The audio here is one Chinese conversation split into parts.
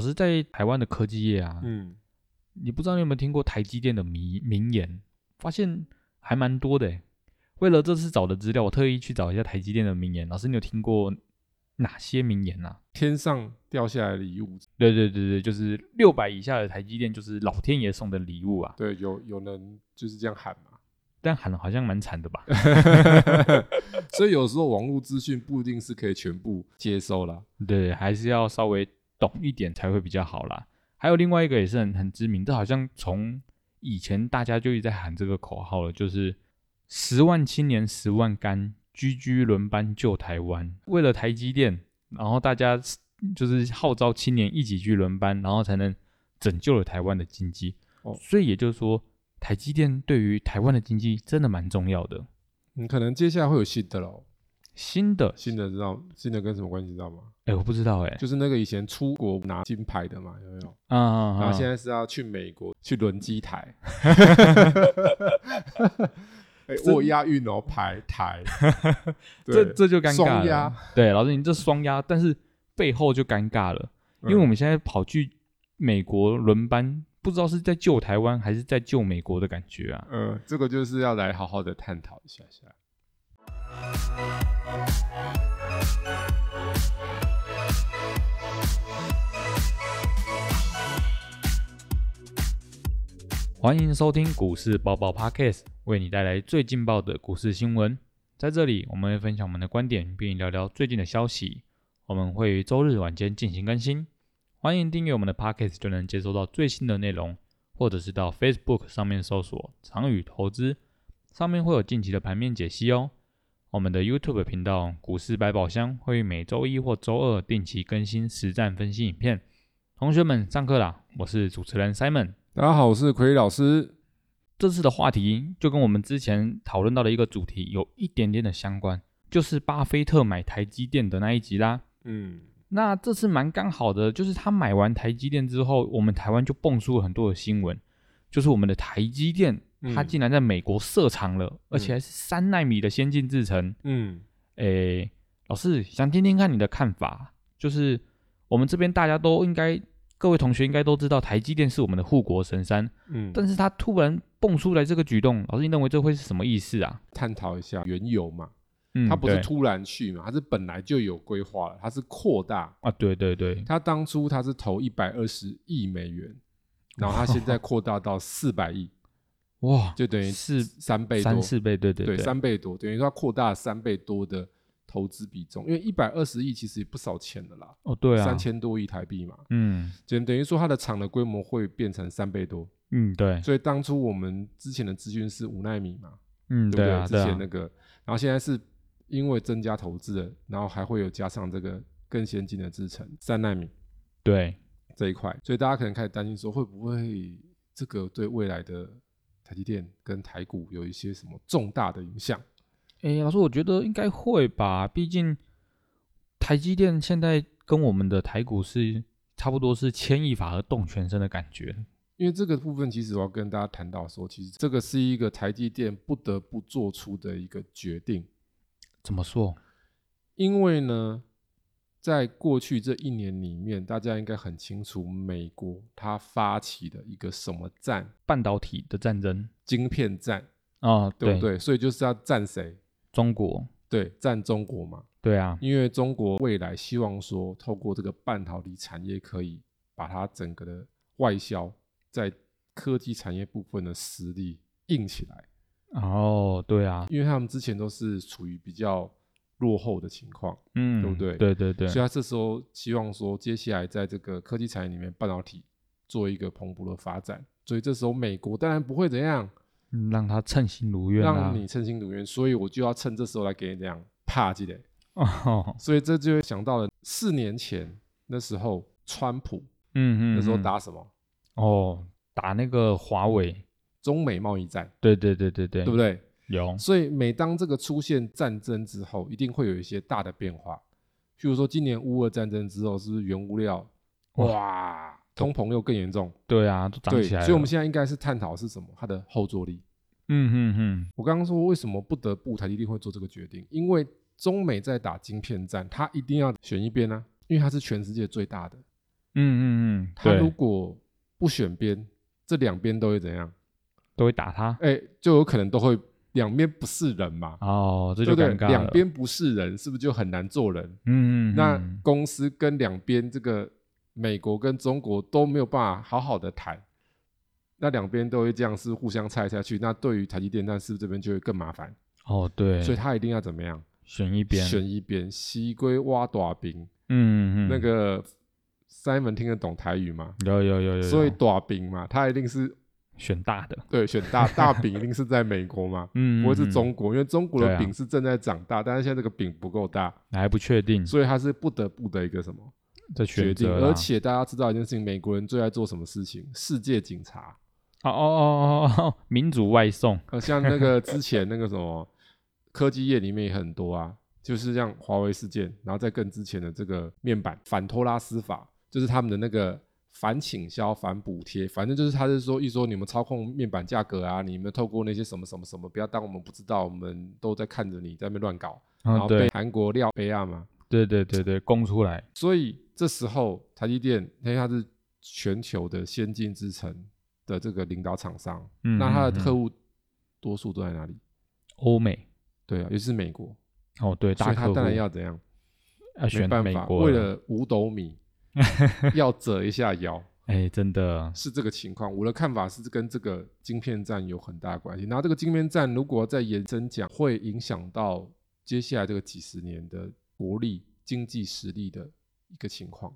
实，在台湾的科技业啊，嗯，你不知道你有没有听过台积电的名名言？发现还蛮多的欸。为了这次找的资料，我特意去找一下台积电的名言。老师，你有听过哪些名言啊？天上掉下来的礼物，对对对对，就是六百以下的台积电，就是老天爷送的礼物啊。对，有有人就是这样喊 嘛。但喊的好像蛮惨的吧？所以有时候网络资讯不一定是可以全部接收啦。对，还是要稍微懂一点才会比较好啦。还有另外一个也是很很知名，这好像从以前大家就一直在喊这个口号了，就是“十万青年十万干，居居轮班救台湾”。为了台积电，然后大家就是号召青年一起去轮班，然后才能拯救了台湾的经济。哦所以也就是说，台积电对于台湾的经济真的蛮重要的。嗯，可能接下来会有新的咯，新的，新的知道新的跟什么关系知道吗？哎，我不知道哎、就是那个以前出国拿金牌的嘛，有没有？啊啊，然啊后现在是要去美国去轮机 台。哎真我押韵哦，排 台，这对这就尴尬双压了。对，老师，你这双压，但是背后就尴尬了，因嗯为我们现在跑去美国轮班，不知道是在救台湾还是在救美国的感觉啊。嗯，这个就是要来好好的探讨一下下。欢迎收听股市爆爆 Podcast，为你带来最劲爆的股市新闻。在这里，我们会分享我们的观点，并聊聊最近的消息。我们会于周日晚间进行更新，欢迎订阅我们的 Podcast，就能接收到最新的内容，或者是到 Facebook 上面搜索“长宇投资”，上面会有近期的盘面解析哦。我们的 YouTube 频道“股市百宝箱”会于每周一或周二定期更新实战分析影片。同学们，上课啦！我是主持人 Simon。大家好，我是奎老师。这次的话题就跟我们之前讨论到的一个主题有一点点的相关，就是巴菲特买台积电的那一集啦。嗯，那这次蛮刚好的，就是他买完台积电之后，我们台湾就蹦出了很多的新闻，就是我们的台积电嗯它竟然在美国设厂了，而且还是三纳米的先进制程。嗯，诶，老师想听听看你的看法，就是我们这边大家都应该，各位同学应该都知道，台积电是我们的护国神山。嗯，但是他突然蹦出来这个举动，老师，你认为这会是什么意思啊？探讨一下缘由嘛，嗯他不是对突然去嘛，他是本来就有规划了，他是扩大。啊，对对对，他当初他是投一百二十亿美 元，然后他现在扩大到四百亿，哇，就等于是三倍多三，四倍，对对对，对，三倍多，等于说他扩大三倍多的投资比重，因为一百二十亿其实也不少钱的啦，哦对啊，三，千多亿台币嘛，嗯就等于说它的厂的规模会变成三倍多。嗯对，所以当初我们之前的资讯是五纳米嘛，嗯对不啊之对前啊那，个，然后现在是因为增加投资了，然后还会有加上这个更先进的制程三纳米对，这一块，所以大家可能开始担心说，会不会这个对未来的台积电跟台股有一些什么重大的影响？诶，老师，我觉得应该会吧，毕竟台积电现在跟我们的台股是差不多是牵一发而动全身的感觉，因为这个部分，其实我要跟大家谈到说，其实这个是一个台积电不得不做出的一个决定，怎么说？因为呢，在过去这一年里面，大家应该很清楚，美国它发起的一个什么战，半导体的战争晶片战，啊，对不对？所以就是要战谁？中国，对，战中国嘛，对啊，因为中国未来希望说，透过这个半导体产业，可以把它整个的外销在科技产业部分的实力硬起来。哦对啊，因为他们之前都是处于比较落后的情况，嗯，不对对对对，所以他这时候希望说，接下来在这个科技产业里面，半导体做一个蓬勃的发展。所以这时候美国当然不会怎样，嗯让他称心如愿啊啦、让你称心如愿，所以我就要趁这时候来给你这样啪起来。 哦，所以这就会想到了四年前那时候，川普嗯嗯，那时候嗯打什么哦打那个华为，中美贸易战，对对对对对，对不对？有，所以每当这个出现战争之后，一定会有一些大的变化。譬如说，今年乌俄战争之后，是不是原物料哇通膨又更严重？对啊，都涨对，起来了，所以我们现在应该是探讨是什么它的后坐力。嗯嗯嗯，我刚刚说为什么不得不台积电会做这个决定，因为中美在打晶片战，它一定要选一边啊，因为它是全世界最大的，嗯嗯嗯嗯，他如对，果不选边，这两边都会怎样？都会打他。哎，就有可能都会两边不是人嘛，哦，这对就不对尴？尬了。两，边不是人，是不是就很难做人？嗯，嗯那嗯公司跟两边这个美国跟中国都没有办法好好的谈，那两边都会这样是互相拆下去，那对于台积电，但是不是这边就会更麻烦？哦，对，所以他一定要怎么样？选一边，选一边，西归挖短兵。嗯嗯，那个 Simon 听得懂台语吗？有有有有有，所以短兵嘛，他一定是选大的，对选大大饼，一定是在美国嘛， 嗯，不会是嗯，中国，因为中国对的啊饼是正在长大，但是现在这个饼不够大，嗯还不确定所以它是不得不的一个什么？这决选定。择啦，而且大家知道一件事情，美国人最爱做什么事情？世界警察。哦哦哦哦哦，哦民主外送，呃，像那个之前那个什么科技业里面也很多啊，就是像华为事件，然后再更之前的这个面板反托拉斯法，就是他们的那个反倾销、反补贴，反正就是他是说一说你们操控面板价格啊，你们透过那些什么什么什么，不要当我们不知道，我们都在看着你在那边乱搞，然嗯，后对被韩国料杯啊嘛，对对对对，供出来，所以这时候台积电，因为它是全球的先进之城的这个领导厂商，嗯，那它嗯的嗯客户多数都在哪里？欧美，对啊，尤其是美国，哦对，所大以客它户当然要怎样？要没选办美法，国，为了五斗 米要折一下腰，哎，真的，是这个情况。我的看法是跟这个晶片战有很大关系。那这个晶片战如果再延伸讲，会影响到接下来这个几十年的国力、经济实力的一个情况。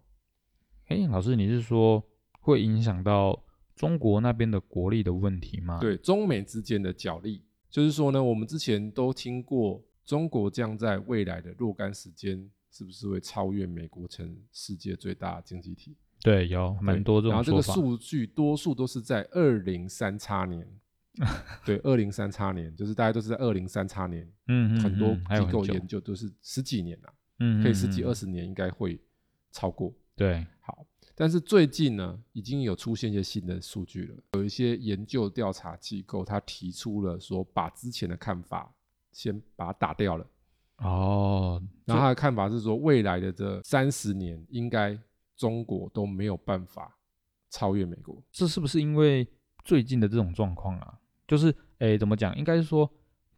哎，老师，你是说会影响到中国那边的国力的问题吗？，对中美之间的角力，就是说呢，我们之前都听过中国将在未来的若干时间是不是会超越美国成世界最大的经济体？对，有蛮对多这然种后这个说法，数据多数都是在二零三叉 年，对，二零三叉年就是大家都是在二零三叉年，嗯，嗯很多嗯还有机很构久研究都是十几年啊，嗯，可以十嗯几二，十年应该会超过。对，好，但是最近呢，已经有出现一些新的数据了，有一些研究调查机构，它提出了说，把之前的看法先把它打掉嗯了，哦，然后他的看法是说，未来的这三十年，应该中国都没有办法超越美国。这是不是因为最近的这种状况啊？就是诶，怎么讲？应该是说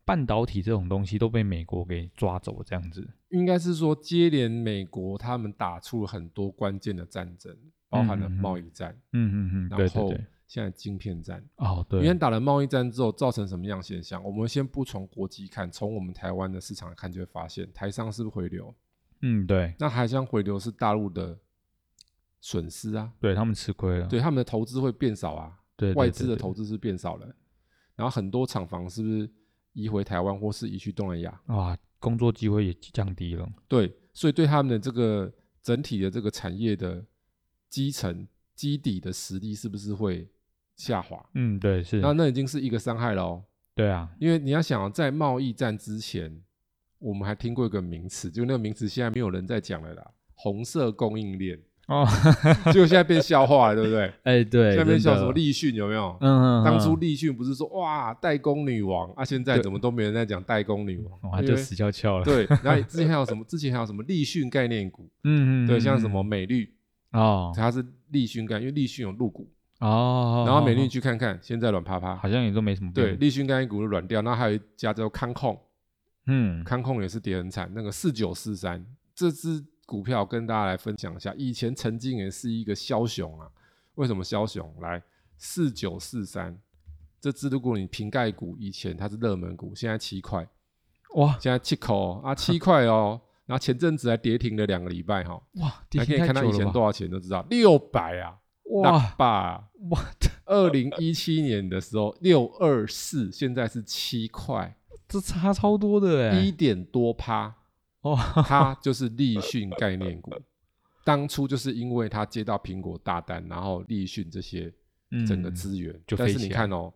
半导体这种东西都被美国给抓走这样子。应该是说，接连美国他们打出了很多关键的战争，包含了嗯嗯嗯贸易战，嗯嗯嗯，对然对后对，现在晶片战，哦对，因为打了贸易战之后，造成什么样的现象？我们先不从国际看，从我们台湾的市场看，就会发现台商是不是回流？嗯对那台商回流是大陆的损失啊，对，他们吃亏了，对他们的投资会变少啊，对外资的投资资是变少了，然后很多厂房是不是移回台湾或是移去东南亚？啊，工作机会也降低了。对，所以对他们的这个整体的这个产业的基层基底的实力是不是会下滑？嗯，对是，那那已经是一个伤害了哦。对啊，因为你要想、啊，在贸易战之前，我们还听过一个名词，就那个名词现在没有人在讲了啦，红色供 应链， 哦，结果现在变笑话了，对不对？哎 对，现在变真笑的什么立讯有没有？嗯，嗯当初嗯立讯不是说哇代工女王啊，现在怎么都没人在讲代工女王？哇因就为死翘翘了。对，然后之前还有什 么？之前还有什么立讯概念股？嗯嗯，对，嗯像什么嗯美律，哦它是立讯概，因为立讯有入股，哦，然后美哦律哦去看看，现在软趴趴。好像也都没什么对，变，立讯概念股都软掉，那还有一家叫康控，嗯，康控也是跌很惨，那个四九四三这只股票跟大家来分享一下，以前曾经也是一个枭雄啊。为什么枭雄？来四九四三这只，如果你瓶盖股以前它是热门股，现在七块，哇现在七口哦啊 七块哦，然后前阵子还跌停了两个礼拜哈、哦，哇，还跌可停以太看到久以了前吧多少钱都知道，六百啊，哇爸，哇， 二零一七年的时候六二四，现在是七块，这差超多的哎、一点多 趴。哦，它就是立讯概念股。当初就是因为它接到苹果大单，然后立讯这些整个嗯资源，就但飞是你起来看哦，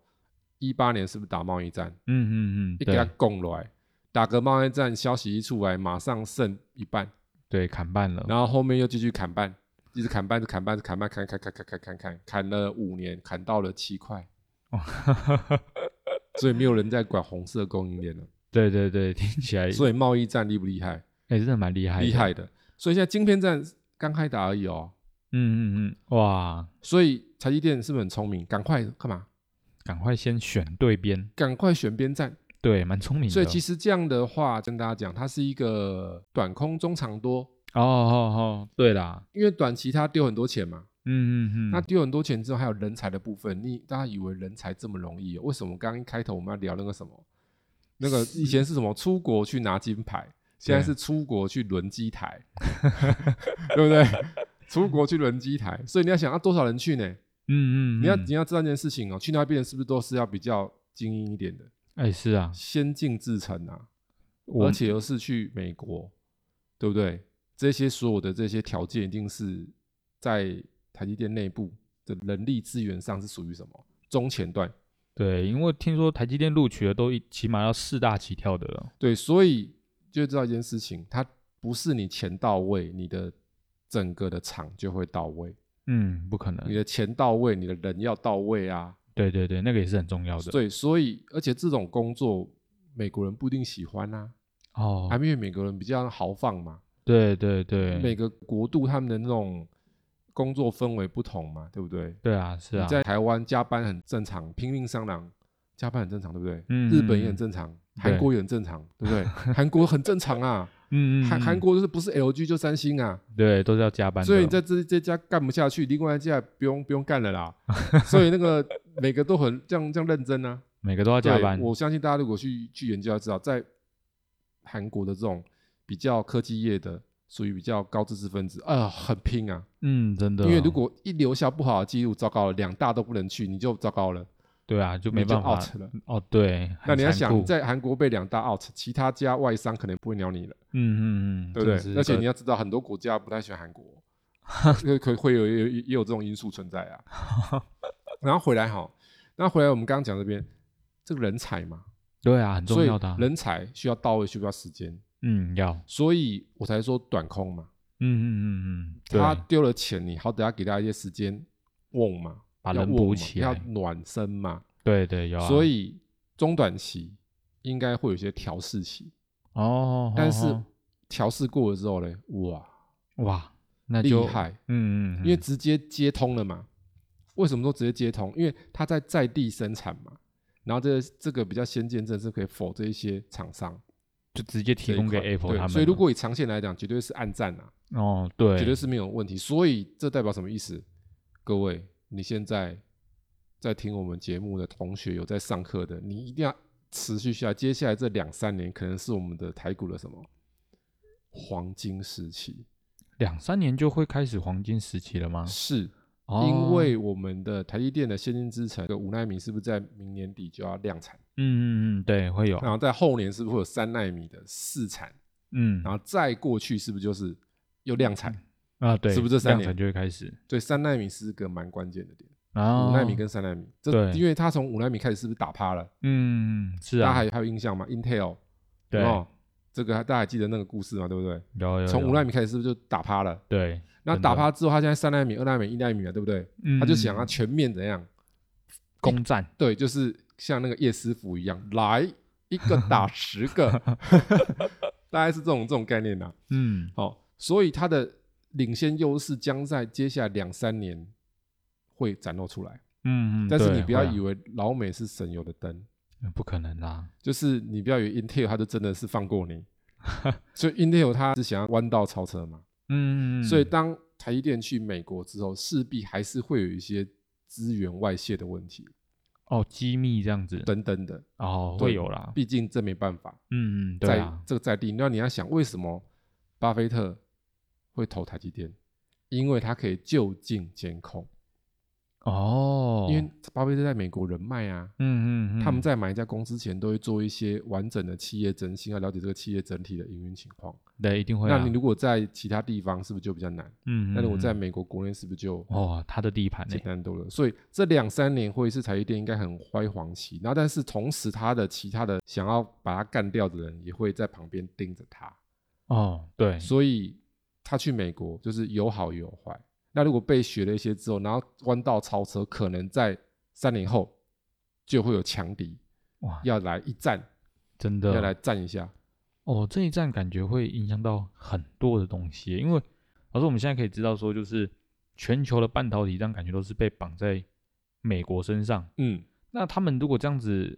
一八年是不是打贸易战？嗯嗯嗯，一给它对拱下来，打个贸易战，消息一出来，马上剩一半，对，砍半了，然后后面又继续砍半，一直砍半，一直砍半，一直砍半，砍砍砍砍砍砍砍，砍了五年，砍到了七块，所以没有人在管红色供应链了。 对对对，听起来所以贸易战厉不厉害？哎哎、真的蛮厉害，厉，害的。所以现在晶片战刚开打而已哦，嗯嗯嗯，哇，所以台积电是不是很聪明？赶快干嘛？赶快先选对边，赶快选边站。嗯对，啊蛮聪明的。所以其实实这样的话，跟大家讲，它是一个短空中长多，哦哦哦，对啦，因为短期它丢很多钱嘛，嗯嗯嗯，那丢很多钱之后还有人才的部分。你大家以为人才这么容易哦、为什么刚刚一开头我们要聊那个什么？那个以前是什么？出国去拿金牌，现在是出国去轮机台， 对不对？出国去轮机台，所以你要想要多少人去呢？嗯嗯，你要嗯你要知道一件事情哦，去那边是不是都是要比较精英一点的，哎是啊，先进制成啊，我而且又是去美国，对不对？这些所有的这些条件，一定是在台积电内部的人力资源上是属于什么中前段。对，因为听说台积电录取的都一起码要四大起跳的了，对，所以就知道一件事情，它不是你钱到位，你的整个的厂就会到位。嗯，不可你能，的钱到位，你的人要到位啊。对对对，那个也是很重要的，对，所以而且这种工作，美国人不一定喜欢啊。哦还，因为美国人比较豪放嘛，对对对，每个国度他们的那种工作氛围不同嘛，对不对？对啊是啊你，在台湾加班很正常，拼命上浪，加班很正常，对不对？嗯日本也很正常，韩国也很正常，对不 对？韩国很正常啊， 嗯嗯，韩嗯韩国就是不是 LG 就三星啊，对都是要加班的，哦所以你在这这家干不下去，另外一家也不用不用干了啦。 所以那个每个都很这样这样认真啊，每个都要加对班，我相信大家如果去去研究，要知道在韩国的这种比较科技业的，属于比较高知识分子，啊、很拼啊。嗯，真的，因为如果一留下不好的记录，糟糕了，两大都不能去，你就糟糕了，对啊就就没办法 out 了。哦，对，那很你要残想，酷你在韩国被两大 out，其他家外商可能不会鸟你了，嗯嗯嗯，对不真的是对？而且个你要知道，很多国家不太喜欢韩国， 可可会有也有也有这种因素存在啊。 然后回来哈，那回来我们刚刚讲这边，这个人才嘛，对啊，很重所以要的啊，人才需要到位，需要时间，嗯，要，所以我才说短空嘛。嗯嗯嗯嗯，对，他丢了钱，你好歹要给他一些时间瓮嘛，把要人瓮补嘛起要来暖身嘛。对对有啊，所以中短期应该会有一些调试期，哦，但是哦调试过了之后呢，哇，哦哇，那厉就，害，嗯嗯，因为直接接通了嘛。为什么说直接接通？因为他在在地生产嘛，然后这这个比较先进，真的是可以否这一些厂商就直接这提一供给块 Apple 对他们了，所以如果以长线来讲，绝对是暗战啊。哦对，绝对是没有问题。所以这代表什么意思？各位，你现在在听我们节目的同学，有在上课的，你一定要持续下来。接下来这两三年，可能是我们的台股的什么黄金时期？两三年就会开始黄金时期了吗？是啊哦因为我们的台积电的先进制程的五纳米是不是在明年底就要量产？嗯嗯嗯，对，会有，然后在后年是不是会有三纳米的试产？嗯然后再过去是不是就是又量产？啊，对，是不是这三量年产就会开始？对，三纳米是个蛮关键的点。啊，五纳米跟三纳米，这对因为它从五纳米开始是不是打趴了？嗯嗯是大家啊，还还有印象吗？Intel 对有没有这个大家还记得那个故事吗？对不对？有有从有五纳米开始是不是就打趴了？对，那真的打趴之后，它现在三纳米、二纳米、一纳米了，对不对？嗯他就想要嗯全面怎样？攻占，对，就是像那个叶师傅一样，来一个打十个， 大概是这种这种概念呐、啊。嗯好、所以它的领先优势将在接下来两三年会展露出来。嗯嗯，但是对你不要会啊以为老美是省油的灯，不可能啊啦，就是你不要以为 Intel 它就真的是放 过你，所以 Intel 它是想要弯道超车嘛。嗯，嗯所以当台积电去美国之后，势必还是会有一些资源外泄的问题哦，机密这样子，等等的，哦，对会有啦，毕竟这没办法，嗯嗯，对在、啊，这个在地。那你要想为什么巴菲特会投台积电？因为他可以就近监控，哦，因为巴菲特在美国人脉啊，嗯嗯嗯，他们在买一家公司前都会做一些完整的企业征信，要了解这个企业整体的营运情况。对一定会啊，那你如果在其他地方是不是就比较难？嗯，嗯那如果在嗯美国国内是不是就哦，他的地盘呢简？单多了？所以这两三年会是台积电应该很辉煌期。那但是同时，他的其他的想要把它干掉的人也会在旁边盯着他，哦，对，所以他去美国就是有好也有坏。那如果被学了一些之后，然后弯道超车，可能在三年后就会有强敌哇，啊要来一战，真的要来战一下。哦，这一站感觉会影响到很多的东西耶，因为老师，我们现在可以知道说，就是全球的半导体，让感觉都是被绑在美国身上。嗯，那他们如果这样子，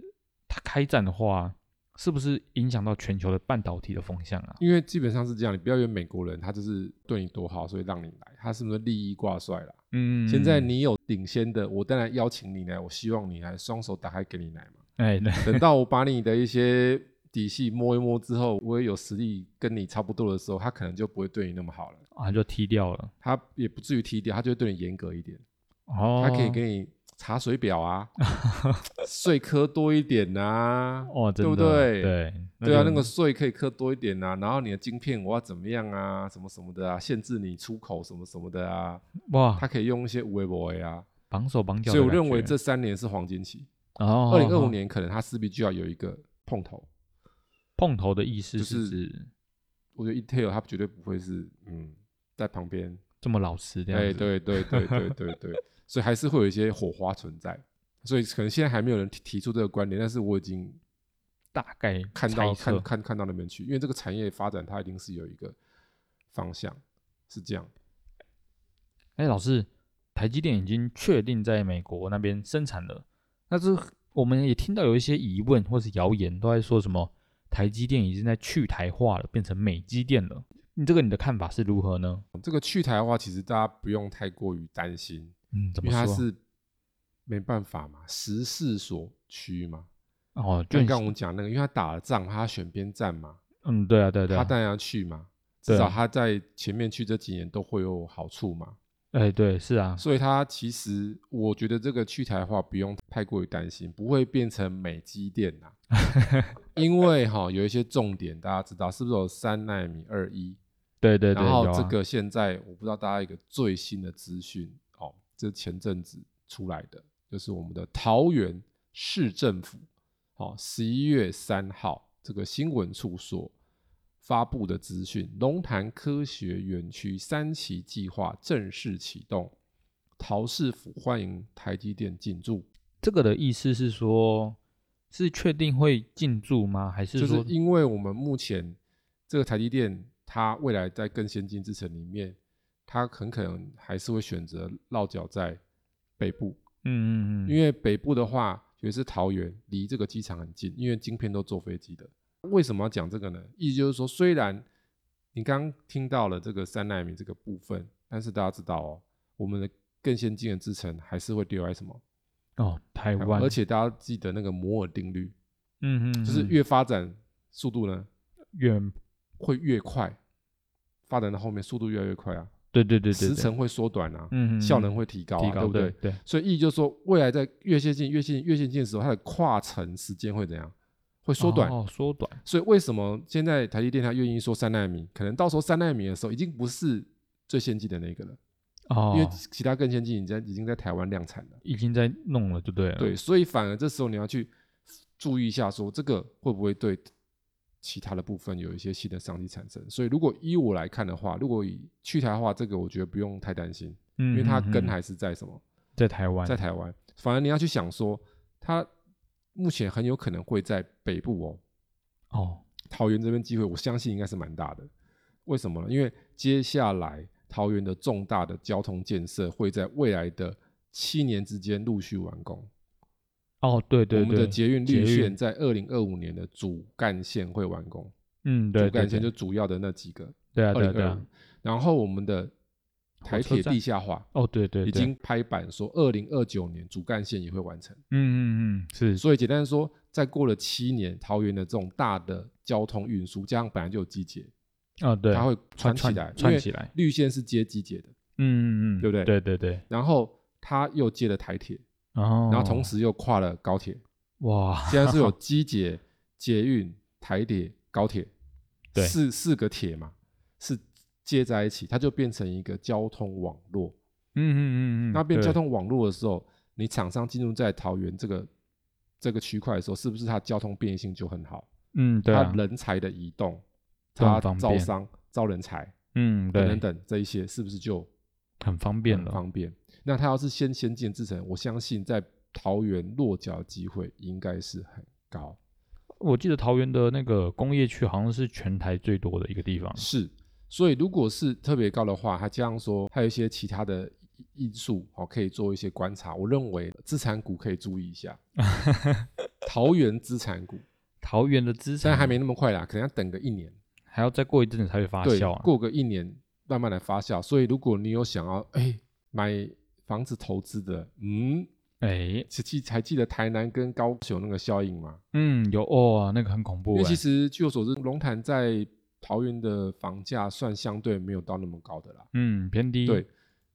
他开战的话，是不是影响到全球的半导体的风向啊？因为基本上是这样，你不要以为美国人他就是对你多好，所以让你来，他是不是利益挂帅啦？嗯，现在你有领先的，我当然邀请你来，我希望你来，双手打开给你来嘛。哎，对等到我把你的一些底细摸一摸之后，我也有实力跟你差不多的时候，他可能就不会对你那么好了，啊，就踢掉了。他也不至于踢掉，他就会对你严格一点，哦，他可以给你查水表啊， 税科多一点啊。哦，真对不的，对对，对啊，就那个税可以课多一点啊，然后你的晶片我要怎么样啊，什么什么的啊，限制你出口什么什么的啊，哇，他可以用一些无为博为啊，绑手绑脚所哦的以感我觉。认为这三年是黄金期，哦，二零二哦五年可能他势必就要有一个碰头，碰头的意思是就是指我觉得 Intel 它绝对不会是嗯在旁边，这么老实这样哎，子。对对对对对对， 所以还是会有一些火花存在，所以可能现在还没有人提提出这个观点，但是我已经大概看到猜测看看看到那边去，因为这个产业发展它一定是有一个方向，是这样。哎，老师，台积电已经确定在美国那边生产了，但是我们也听到有一些疑问或是谣言，都在说什么台积电已经在去台化了，变成美积电了。你这个你的看法是如何呢？这个去台化其实大家不用太过于担心，嗯，怎因为么它说？是没办法嘛，时势所趋嘛。哦，就就像刚我们讲那个，因为他打了仗，他选边站嘛，嗯，对啊，对啊对他啊，当然要去嘛，对至啊少他在前面去这几年都会有好处嘛。哎，对，是啊，所以他其实我觉得这个去台化不用太过于担心，不会变成美积 电呐、因为哈、有一些重点大家知道，是不是有三纳米二一？对对对，然有后啊这个现在我不知道大家一个最新的资讯哦，这前阵子出来的，就是我们的桃园市政府，好十一月三号这个新闻处所发布的资讯，龙潭科学园区三期计划正式启动，桃市府欢迎台积电进驻，这个的意思是说，是确定会进驻吗？还是就说是因为我们目前这个台积电，它未来在更先进制程里面，它很可能还是会选择落脚在北部，嗯嗯嗯，因为北部的话，尤其是桃园，离这个机场很近，因为晶片都坐飞机的。为什么要讲这个呢？意思就是说，虽然你刚刚听到了这个三纳米这个部分，但是大家知道哦，我们的更先进的制程还是会留在什么？哦，台湾，而且大家记得那个摩尔定律，嗯嗯，就是嗯越发展速度呢，越会越快，发展到后面速度越来越快啊，对对对对，时对，程会缩短啊，嗯嗯，效能嗯会提高、啊，提高，对不对对？对，所以意义就是说，未来在越接近、越接近、越接近的时候，它的跨程时间会怎样？会缩短。哦，缩短，所以为什么现在台积电它愿意说三纳米？可能到时候三纳米的时候，已经不是最先进的那个了，哦，因为其他更先进已经在已经在台湾量产了。已经在弄了，就对啊了，，对，所以反而这时候你要去注意一下说这个会不会对其他的部分有一些新的商机产生。所以如果依我来看的话，如果以去台化这个，我觉得不用太担心，嗯，因为它嗯根嗯还是在什么，在台湾，在台湾。反而你要去想说，它目前很有可能会在北部哦，哦，桃园这边机会，我相信应该是蛮大的。为什么呢？因为接下来桃园的重大的交通建设会在未来的七年之间陆续完工。哦，对对我们的对，捷运捷绿运线在二零二五年的主干线会完工，嗯，对主对干线对，就主要的那几个，对啊二对啊零对二啊五，。然后我们的台车铁站地下化哦对对，已对经拍板说二零二九年主干线也会完成，嗯嗯嗯，是所以简单说，再过了七年，桃园的这种大的交通运输，加上本来就有机捷，啊对，它会穿穿起来，穿因为起来，绿线是接机捷的，嗯嗯嗯，对不对对对对，然后它又接了台铁，然后然后同时又跨了高铁， 哇，现在是有机捷、捷运、台铁、高铁，对四四个铁嘛，是接在一起，它就变成一个交通网络。嗯嗯嗯嗯，那变对交通网络的时候，你厂商进入在桃园这个这个区块的时候，是不是它交通便利性就很好？嗯对啊它，人才的移动，都很它方招便商、招人才嗯等对，等等这一些，是不是就很方便很了。方便？那它要是先先进制成，我相信在桃园落脚的机会应该是很高。我记得桃园的那个工业区好像是全台最多的一个地方。是，所以如果是特别高的话，还加上说还有一些其他的因素，好、可以做一些观察。我认为资产股可以注意 一下，桃园资产股，桃园的资虽然产还没那么快啦，可能要等个一年，还要再过一阵子才会发对酵、，啊。过个一年慢慢来发酵。所以如果你有想要哎、买房子投资的，嗯，哎，其记还记得台南跟高雄那个效应吗？嗯，有哦，那个很恐怖因为哎、其实据我所知，龙潭在桃园的房价算相对没有到那么高的啦。嗯，偏低。对，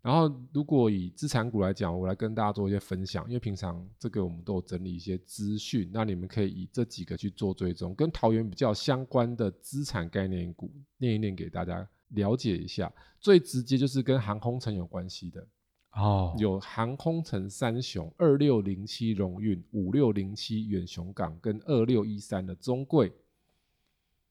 然后如果以资产股来讲，我来跟大家做一些分享，因为平常这个我们都有整理一些资讯，那你们可以以这几个去做追踪，跟桃园比较相关的资产概念股念一念给大家了解一下。最直接就是跟航空城有关系的，哦，有航空城三雄二六零七荣运、五六零七远雄港跟二六一三的中贵。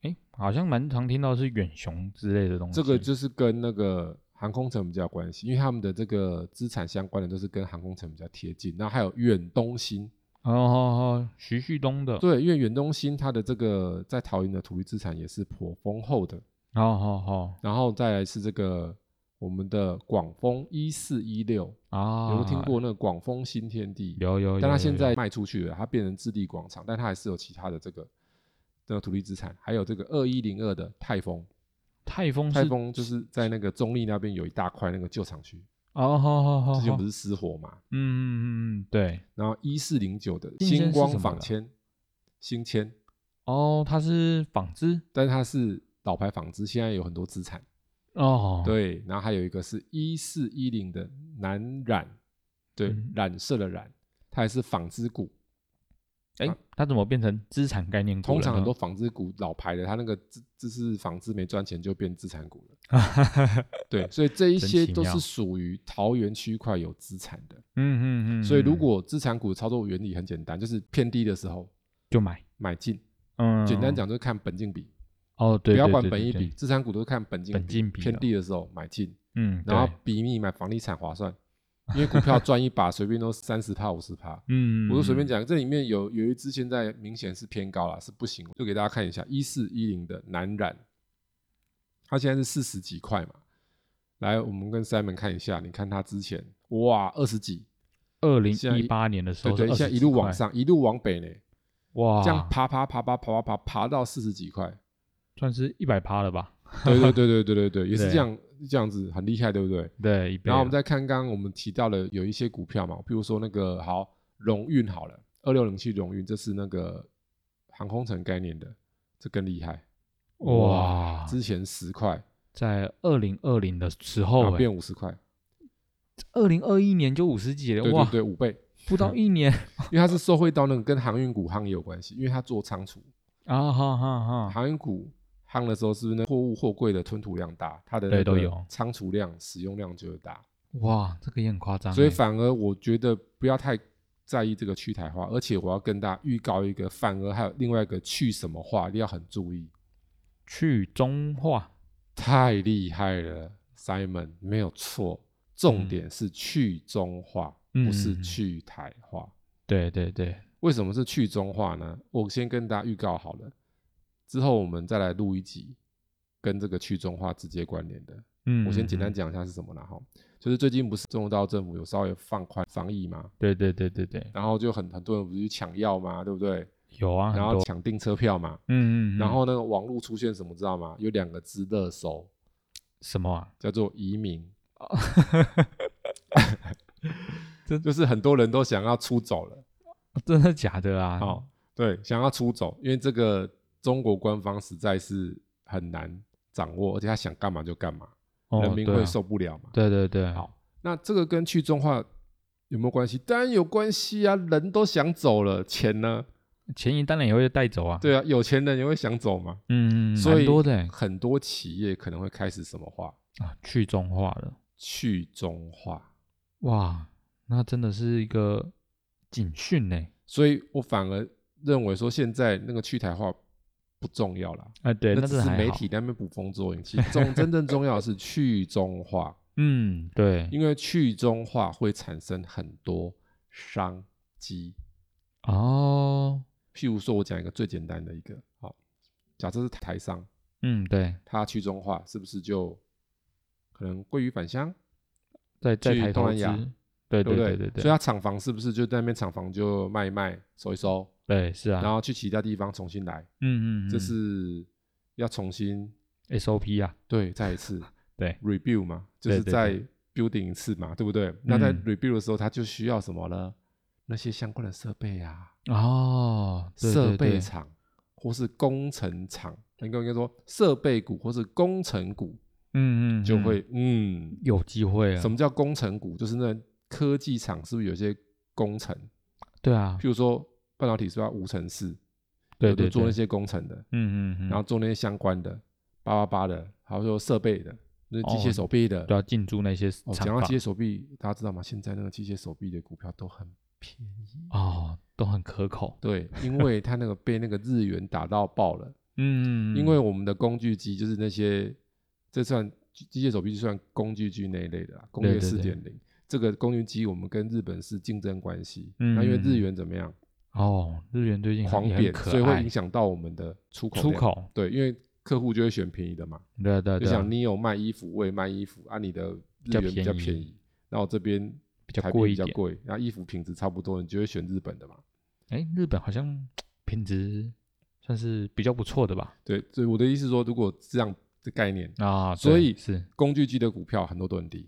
哎，好像蛮常听到是远雄之类的东西。这个就是跟那个航空城比较有关系，因为他们的这个资产相关的都是跟航空城比较贴近。然后还有远东新，哦哦哦，徐旭东的。对，因为远东新它的这个在桃园的土地资产也是颇丰厚的。哦哦然后再来是这个我们的广丰一四一六，哦，啊，有没有听？过那个广丰新天地？有有有。但它现有在卖出去了，它变成置地广场，但它还是有其他的这个。这个土地资产，还有这个二一零二的泰丰，泰丰泰是丰就是在那个中立那边有一大块那个旧厂区，哦，好好好，之前不是，是失火嘛，嗯嗯嗯，对，然后一四零九的新鲜星是光什么仿的签，新签，哦，它是纺织，但是它是老牌纺织，现在有很多资产。哦，，对，然后还有一个是一四一零的南染，对，嗯染色的染，它也是纺织股。哎，它怎么变成资产概念股了通呢？常很多纺织股老牌的，它那个资就是纺织没赚钱就变资产股了。对，所以这一真些奇都妙是属于桃园区块有资产的。 嗯，嗯嗯嗯，所以如果资产股的操作原理很简单，就是偏低的时候就买，买进，嗯，简单，讲就是看本金比。哦，对，不要对管对本对益对比，资产股都是看本金本金比偏啊低的时候买进，嗯，然后对比你买房地产划算，因为股票赚一把随便都三十趴五十 趴。嗯，我就随便嗯，讲，这里面有有一只现在明显是偏高了，是不行，就给大家看一下一四一零的南染，它现在是四十几块嘛。来，我们跟 Simon 看一下，你看它之前哇二十几，二零现在一八年的时对候是对， 20现在一几路块往，上，一路往北呢，哇，这样爬爬爬爬爬爬爬爬到四十几块，算是一百趴了吧？对对对对对对对，也是对这样这样子，很厉害，对不对？对，一倍然后我们了再看刚刚我们提到的有一些股票嘛，比如说那个好荣运好了，二六零七荣运，这是那个航空城概念的，这更厉害哇之前十块，在二零二零的时然候后欸，变五十块，二零二一年就五十几了，对哇对，对，五倍，不到一年 因为它是受惠到那个跟航运股夯也有关系，因为它做仓储，啊，哈哈哈，航运股夯的时候是不是那货物货柜的吞吐量大，它的那对都个有仓储量、使用量就会大，哇，这个也很夸张欸，所以反而我觉得不要太在意这个去台化，而且我要跟大家预告一个，反而还有另外一个去什么化，一定要很注意，去中化，太厉害了，Simon 没有错，重点是去中化，嗯不是去台化。对对对，为什么是去中化呢？我先跟大家预告好了，之后我们再来录一集跟这个去中化直接关联的。嗯，我先简单嗯，嗯讲一下是什么啦哈，就是最近不是中国大陆政府有稍微放宽防疫吗？对对对对对，然后就很很多人不是去抢药嘛，对不对？有啊，很然后多，抢订车票嘛，嗯嗯，嗯然后那个网络出现什么知道吗？有两个字热搜，什么啊？ 叫做移民哦， 真就是很多人都想要出走了，真的假的啊？哦，对，想要出走，因为这个中国官方实在是很难掌握，而且他想干嘛就干嘛，哦，人民对啊会受不了嘛。对对对，好那这个跟去中化有没有关系？当然有关系啊，人都想走了，钱呢？钱银当然也会带走啊。对啊，有钱人也会想走嘛。嗯，嗯，嗯所以蛮多的欸很多企业可能会开始什么化啊，去中化了，去中化，哇，那真的是一个警讯欸呢。所以我反而认为说现在那个去台化不重要啦，啊，对，那只真是的还媒好体，在那边捕风捉影。其实重真正重要的是去 中化，嗯，对因为去中化会产生很多商机。哦，譬如说，我讲一个最简单的一个，好，假设是台商，嗯，对，它去中化是不是就可能归于返乡？在在去台东投南亚资，对对不对对对所以对，他厂房是不是就在那边厂房就卖一卖收一收，对是啊，然后去其他地方重新来，嗯嗯，这嗯是要重新 SOP 啊，对再 一次对 review 嘛，就对是对在 building 一次嘛，对不对？那在嗯 review 的时候，他就需要什么呢？那些相关的设备啊，哦，对设对对备厂或是工程厂，应该应该说设备股或是工程股嗯嗯，就嗯会嗯有机会啊什，么叫工程股？就是那科技厂是不是有些工程？对啊譬，如说半导体是不是要无尘室，对有的对做那对，些工程的，嗯嗯嗯，然后做那些相关的八八八的，还有说设备的，那机哦械手臂的。都要进驻那些哦，厂讲到房机械手臂，大家知道吗？现在那个机械手臂的股票都很便宜。哦，都很可口，对，因为它那个被那个日元打到爆了， 嗯，嗯因嗯为我们的工具机就是那些，这算机械手臂就算工具机那一类的啦，工业对对四对点零。这个工具机我们跟日本是竞争关系，嗯那因为日嗯元怎么样哦，日元最近很狂也很贬，可所以会爱影响到我们的出口出量口，对，因为客户就会选便宜的嘛，对啊对啊就对啊想，你有卖衣服，我也卖衣服，啊，你的日元比较比较便便宜，那我这边比较台币贵一比较点贵，然后衣服品质差不多，你就会选日本的嘛。哎，日本好像品质算是比较不错的吧？对，所以我的意思是说，如果这样的概念，啊，所对以是，工具机的股票很多都很低，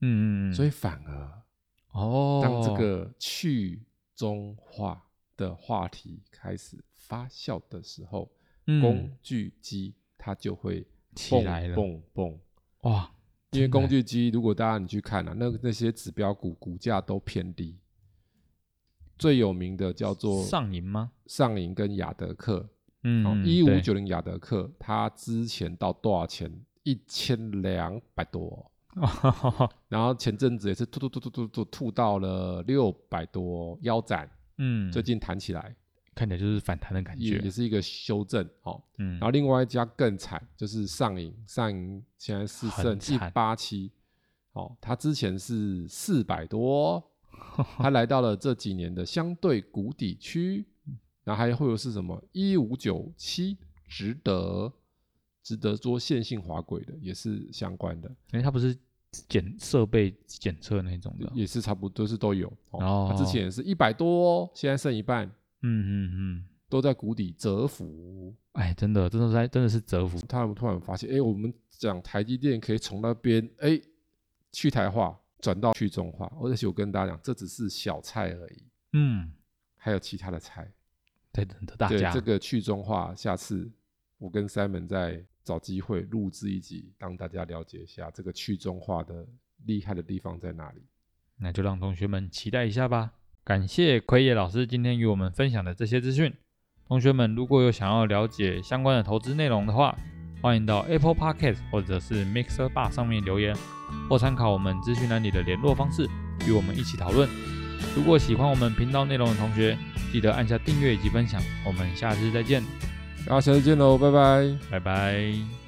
嗯嗯嗯，所以反而哦，当这个去中化的话题开始发酵的时候，工嗯具机它就会起蹦来了，蹦蹦。哇，因为真的工具机，如果大家你去看啊，那那些指标股股价都偏低，最有名的叫做上银吗？上银跟雅德克，哦嗯，一五对九零雅德克，它之前到多少钱？一千两百多哦、然后前阵子也是吐吐吐吐吐吐吐到了六百多，腰斩， 嗯，最近弹起来，看起来就是反弹的感也觉也，是一个修正哦。嗯，然后另外一家更惨，就是上影，上影现在是剩很一惨八七，哦，它之前是四百多，它来到了这几年的相对谷底区，然后还会有是什么一五九七，值得值得做线性滑轨的，也是相关的，因为它不是检设备检测那种的，也是差不多是都有。哦它之前也是一百多，现在剩一半，嗯嗯嗯，都在谷底蛰伏。哎，真的，真的是在真的是折服，他们突然发现，哎、我们讲台积电可以从那边哎、诶去台化转到去中化，而且我跟大家讲，这只是小菜而已，嗯，还有其他的菜。在等着大对家，这个去中化，下次我跟 Simon 再找机会录制一集，让大家了解一下这个去中化的厉害的地方在哪里。那就让同学们期待一下吧。感谢奎野老师今天与我们分享的这些资讯。同学们如果有想要了解相关的投资内容的话，欢迎到 Apple Podcast 或者是 Mixer Bar 上面留言，或参考我们资讯栏里的联络方式，与我们一起讨论。如果喜欢我们频道内容的同学，记得按下订阅以及分享。我们下次再见，大家下次见喽，拜拜。拜拜。